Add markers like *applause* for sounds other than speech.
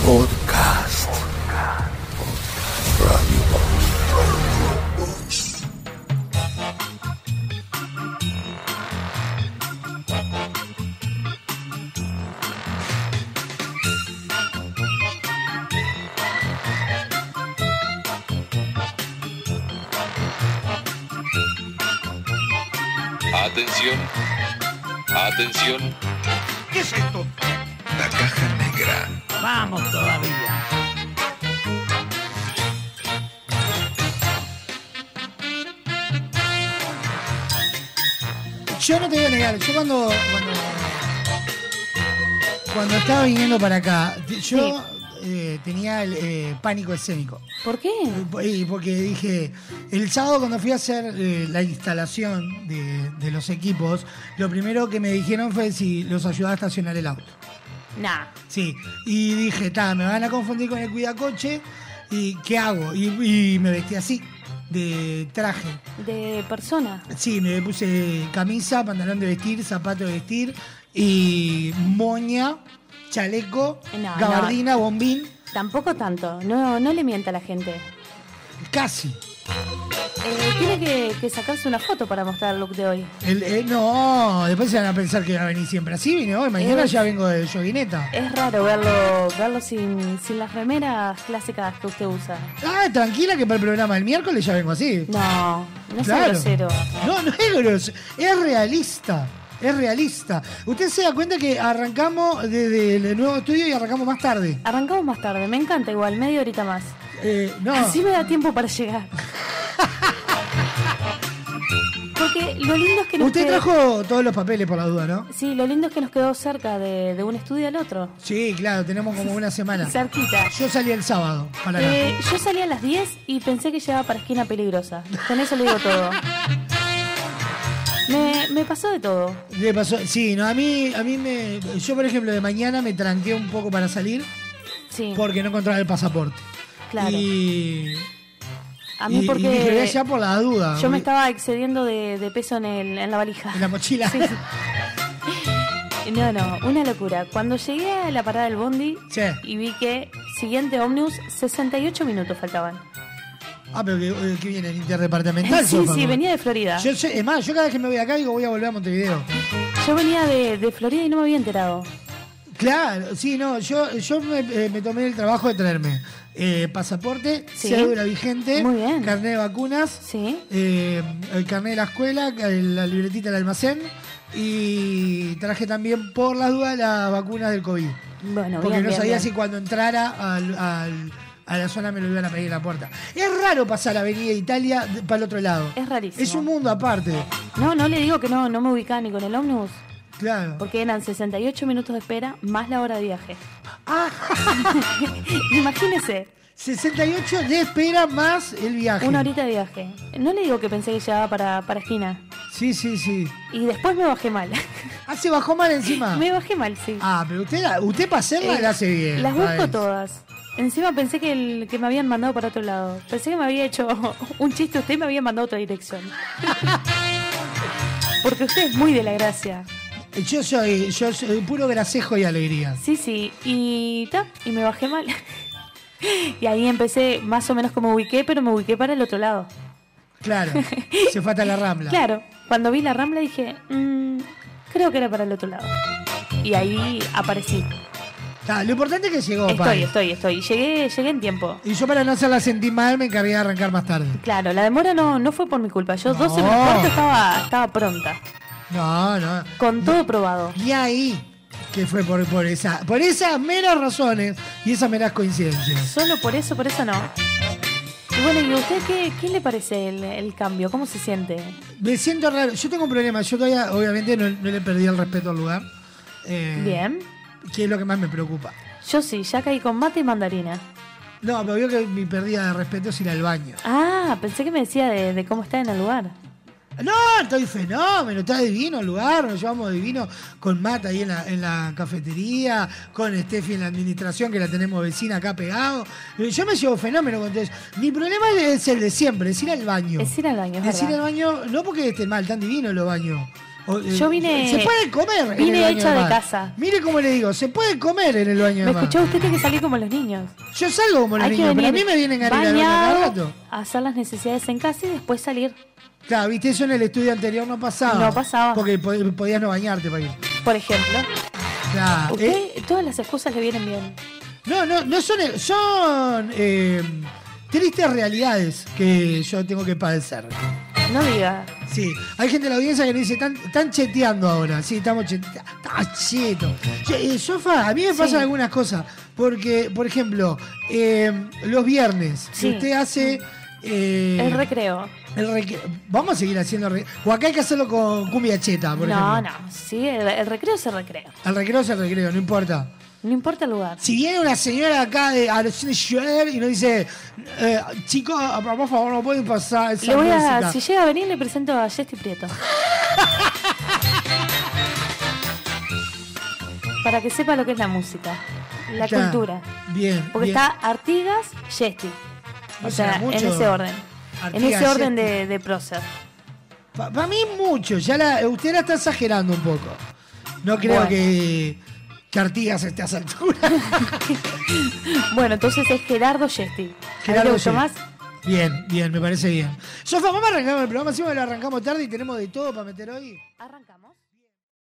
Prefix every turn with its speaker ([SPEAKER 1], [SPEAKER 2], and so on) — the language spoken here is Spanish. [SPEAKER 1] Podcast.
[SPEAKER 2] Atención. Atención.
[SPEAKER 3] ¿Qué es esto?
[SPEAKER 1] La caja negra.
[SPEAKER 3] Vamos todavía.
[SPEAKER 4] Yo no te voy a negar, yo cuando. Cuando, cuando estaba viniendo para acá, te- yo eh, tenía el, eh, pánico escénico.
[SPEAKER 5] ¿Por qué?
[SPEAKER 4] Y porque dije, el sábado cuando fui a hacer eh, la instalación de, de los equipos, lo primero que me dijeron fue si los ayudaba a estacionar el auto.
[SPEAKER 5] Nah.
[SPEAKER 4] Sí, y dije, ta, me van a confundir con el cuidacoche, ¿y qué hago? Y, y me vestí así, de traje.
[SPEAKER 5] De persona.
[SPEAKER 4] Sí, me puse camisa, pantalón de vestir, zapato de vestir y moña, chaleco,
[SPEAKER 5] Eh, No,
[SPEAKER 4] gabardina, bombín,
[SPEAKER 5] Tampoco tanto. No, no le mienta a la gente.
[SPEAKER 4] casi.
[SPEAKER 5] Eh, tiene que, que sacarse una foto para mostrar el look de hoy.
[SPEAKER 4] El- eh, no, después se van a pensar que va a venir siempre así, vine hoy, mañana
[SPEAKER 5] Es-
[SPEAKER 4] ya vengo de joguineta.
[SPEAKER 5] Es raro verlo, verlo sin, sin las remeras clásicas que usted usa.
[SPEAKER 4] Ah, tranquila que para el programa del miércoles ya vengo así.
[SPEAKER 5] No, no sea
[SPEAKER 4] Claro.
[SPEAKER 5] grosero.
[SPEAKER 4] No, no es grosero, es realista. Es realista. Usted se da cuenta que arrancamos desde el nuevo estudio y arrancamos más tarde.
[SPEAKER 5] Arrancamos más tarde, me encanta igual, media horita más.
[SPEAKER 4] Eh, no.
[SPEAKER 5] Así me da tiempo para llegar. Porque lo lindo es que nos
[SPEAKER 4] Usted
[SPEAKER 5] quedó-
[SPEAKER 4] trajo todos los papeles por la duda, ¿no?
[SPEAKER 5] Sí, lo lindo es que nos quedó cerca de, de un estudio al otro.
[SPEAKER 4] Sí, claro, tenemos como una semana.
[SPEAKER 5] Cerquita.
[SPEAKER 4] Yo salí el sábado para acá.
[SPEAKER 5] Eh, yo salí a las 10 y pensé que llegaba para esquina peligrosa. Con eso le digo todo. Me, me pasó de todo.
[SPEAKER 4] Le pasó, sí, no, a mí, a mí me. Yo, por ejemplo, de mañana me tranqué un poco para salir
[SPEAKER 5] Sí,
[SPEAKER 4] porque no encontraba el pasaporte.
[SPEAKER 5] claro.
[SPEAKER 4] Y.
[SPEAKER 5] a mí
[SPEAKER 4] y- y dije, voy
[SPEAKER 5] porque
[SPEAKER 4] allá por la duda.
[SPEAKER 5] yo me estaba excediendo de, de peso en, el- en la valija.
[SPEAKER 4] En la mochila.
[SPEAKER 5] *laughs* Sí, sí. No, no, una locura. Cuando llegué a la parada del bondi
[SPEAKER 4] Sí.
[SPEAKER 5] y vi que siguiente ómnibus, 68 minutos faltaban.
[SPEAKER 4] Ah, pero que, que viene el interdepartamental.
[SPEAKER 5] sí,
[SPEAKER 4] Sofa,
[SPEAKER 5] sí,
[SPEAKER 4] ¿no?
[SPEAKER 5] venía de Florida. Yo,
[SPEAKER 4] Yo sé, es más, yo cada vez que me voy acá digo voy a volver a Montevideo.
[SPEAKER 5] venía de, de Florida y no me había enterado.
[SPEAKER 4] Claro, sí, no, yo, yo me, eh, me tomé el trabajo de traerme eh, pasaporte,
[SPEAKER 5] Sí.
[SPEAKER 4] cédula vigente,
[SPEAKER 5] Muy bien.
[SPEAKER 4] carnet de vacunas,
[SPEAKER 5] Sí.
[SPEAKER 4] eh, el carnet de la escuela, el- la libretita del almacén y traje también por las dudas las vacunas del COVID.
[SPEAKER 5] Bueno,
[SPEAKER 4] porque
[SPEAKER 5] Ah, bien,
[SPEAKER 4] no
[SPEAKER 5] bien,
[SPEAKER 4] sabía
[SPEAKER 5] bien.
[SPEAKER 4] si cuando entrara al- al- a la zona me lo iban a pedir en la puerta. Es raro pasar Avenida Italia de- para el otro lado.
[SPEAKER 5] Es rarísimo.
[SPEAKER 4] Es un mundo aparte.
[SPEAKER 5] No, no le digo que no, no me ubicaba ni con el ómnibus,
[SPEAKER 4] Claro.
[SPEAKER 5] porque eran 68 minutos de espera más la hora de viaje. *laughs*
[SPEAKER 4] Ah,
[SPEAKER 5] Imagínese,
[SPEAKER 4] 68 de espera más el viaje.
[SPEAKER 5] una horita de viaje. No le digo que pensé que llegaba para, para esquina.
[SPEAKER 4] Sí, sí, sí.
[SPEAKER 5] Y después me bajé mal. *laughs*
[SPEAKER 4] Ah, se bajó mal encima.
[SPEAKER 5] me bajé mal, sí.
[SPEAKER 4] Ah, pero usted, usted para hacerla
[SPEAKER 5] Eh,
[SPEAKER 4] la hace bien.
[SPEAKER 5] Las busco
[SPEAKER 4] Faes.
[SPEAKER 5] todas. Encima pensé que, el, que me habían mandado para otro lado. Pensé que me había hecho *laughs* un chiste usted y me había mandado a otra dirección. *laughs* Porque usted es muy de la gracia.
[SPEAKER 4] Yo soy, yo soy puro gracejo y alegría.
[SPEAKER 5] Sí, sí, y ta, y me bajé mal. *laughs* Y ahí empecé más o menos como me ubiqué, pero me ubiqué para el otro lado.
[SPEAKER 4] Claro.
[SPEAKER 5] *laughs*
[SPEAKER 4] se fue hasta la rambla.
[SPEAKER 5] Claro, cuando vi la rambla dije, "Mm, creo que era para el otro lado. Y ahí aparecí.
[SPEAKER 4] Está, lo importante es que llegó,
[SPEAKER 5] Estoy,
[SPEAKER 4] Faes.
[SPEAKER 5] estoy, estoy. Llegué, llegué en tiempo.
[SPEAKER 4] Y yo para no hacerla sentir mal me encargué de arrancar más tarde.
[SPEAKER 5] Claro, la demora no, no fue por mi culpa. Yo
[SPEAKER 4] No.
[SPEAKER 5] 12 menos cuarto estaba, estaba pronta.
[SPEAKER 4] No, no.
[SPEAKER 5] Con todo probado.
[SPEAKER 4] Y ahí que fue por, por, esa, por esas meras razones y esas meras coincidencias.
[SPEAKER 5] Solo por eso, por eso no. Y bueno, ¿y a usted qué, qué le parece el, el cambio? ¿Cómo se siente?
[SPEAKER 4] Me siento raro. Yo tengo un problema. Yo todavía, obviamente, no, no le perdí el respeto al lugar. Eh,
[SPEAKER 5] Bien.
[SPEAKER 4] Que es lo que más me preocupa.
[SPEAKER 5] Yo sí, ya caí con mate y mandarina.
[SPEAKER 4] No, pero veo que mi pérdida de respeto es ir al baño.
[SPEAKER 5] Ah, pensé que me decía de, de cómo está en el lugar.
[SPEAKER 4] No, estoy fenómeno, está divino el lugar, nos llevamos divino con Mata ahí en la, en la cafetería, con Steffi en la administración que la tenemos vecina acá pegado. Eh, Yo me llevo fenómeno con todo eso. Mi problema es el de siempre, es ir al baño.
[SPEAKER 5] Es ir al baño, es
[SPEAKER 4] Es ir
[SPEAKER 5] verdad.
[SPEAKER 4] al baño, no porque esté mal, tan divino los baños. O, eh,
[SPEAKER 5] Yo vine-
[SPEAKER 4] Se puede comer. en
[SPEAKER 5] vine
[SPEAKER 4] el baño
[SPEAKER 5] hecha de
[SPEAKER 4] mar.
[SPEAKER 5] casa.
[SPEAKER 4] Mire cómo le digo, se puede comer en el baño
[SPEAKER 5] ¿Me
[SPEAKER 4] de mar.
[SPEAKER 5] escuchó? Usted tiene que salir como los niños.
[SPEAKER 4] Yo salgo como los
[SPEAKER 5] Hay que
[SPEAKER 4] niños, pero a mí
[SPEAKER 5] venir
[SPEAKER 4] me vienen a cada
[SPEAKER 5] bañado,
[SPEAKER 4] rato.
[SPEAKER 5] hacer las necesidades en casa y después salir.
[SPEAKER 4] Claro, viste, eso en el estudio anterior no pasaba.
[SPEAKER 5] No pasaba.
[SPEAKER 4] Porque po- podías no bañarte para ir.
[SPEAKER 5] Por ejemplo,
[SPEAKER 4] Claro, eh,
[SPEAKER 5] usted todas las excusas le vienen bien.
[SPEAKER 4] no, no, no son. Son eh, tristes realidades que yo tengo que padecer.
[SPEAKER 5] No diga.
[SPEAKER 4] Sí, hay gente de la audiencia que nos dice, están, están cheteando ahora. Sí, estamos cheteando. Está cheto. Yo, eh, Sofa, a mí me
[SPEAKER 5] Sí.
[SPEAKER 4] pasan algunas cosas. Porque, por ejemplo, eh, los viernes, si
[SPEAKER 5] Sí.
[SPEAKER 4] usted hace. eh,
[SPEAKER 5] El recreo.
[SPEAKER 4] el recre- Vamos a seguir haciendo. re- O acá hay que hacerlo con cumbia cheta, por
[SPEAKER 5] No,
[SPEAKER 4] ejemplo.
[SPEAKER 5] no. Sí, el, el recreo es el recreo.
[SPEAKER 4] El recreo es el recreo, no importa.
[SPEAKER 5] No importa el lugar.
[SPEAKER 4] Si viene una señora acá de Aracene Schroeder y nos dice, eh, chicos, por favor, no pueden pasar esa
[SPEAKER 5] Le voy a,
[SPEAKER 4] música.
[SPEAKER 5] si llega a venir, le presento a
[SPEAKER 4] *laughs*
[SPEAKER 5] Jessy Prieto. Para que sepa lo que es la música, la
[SPEAKER 4] Ya.
[SPEAKER 5] cultura.
[SPEAKER 4] Bien.
[SPEAKER 5] Porque
[SPEAKER 4] bien.
[SPEAKER 5] está Artigas, Jessy.
[SPEAKER 4] No
[SPEAKER 5] O sea,
[SPEAKER 4] será mucho.
[SPEAKER 5] en ese orden. en
[SPEAKER 4] Artigas,
[SPEAKER 5] ese orden
[SPEAKER 4] Yesti.
[SPEAKER 5] de, de prosa.
[SPEAKER 4] Para mí mucho, ya la, usted la está exagerando un poco. No creo
[SPEAKER 5] Bueno.
[SPEAKER 4] que, que Artigas esté a esa
[SPEAKER 5] *laughs*
[SPEAKER 4] altura.
[SPEAKER 5] Bueno, entonces es Gerardo Jessy.
[SPEAKER 4] Gerardo
[SPEAKER 5] Gerardo
[SPEAKER 4] Yesti.
[SPEAKER 5] más?
[SPEAKER 4] bien, bien, me parece bien. Sofa, vamos a arrancar el programa, encima lo arrancamos tarde y tenemos de todo para meter hoy.
[SPEAKER 5] Arrancamos.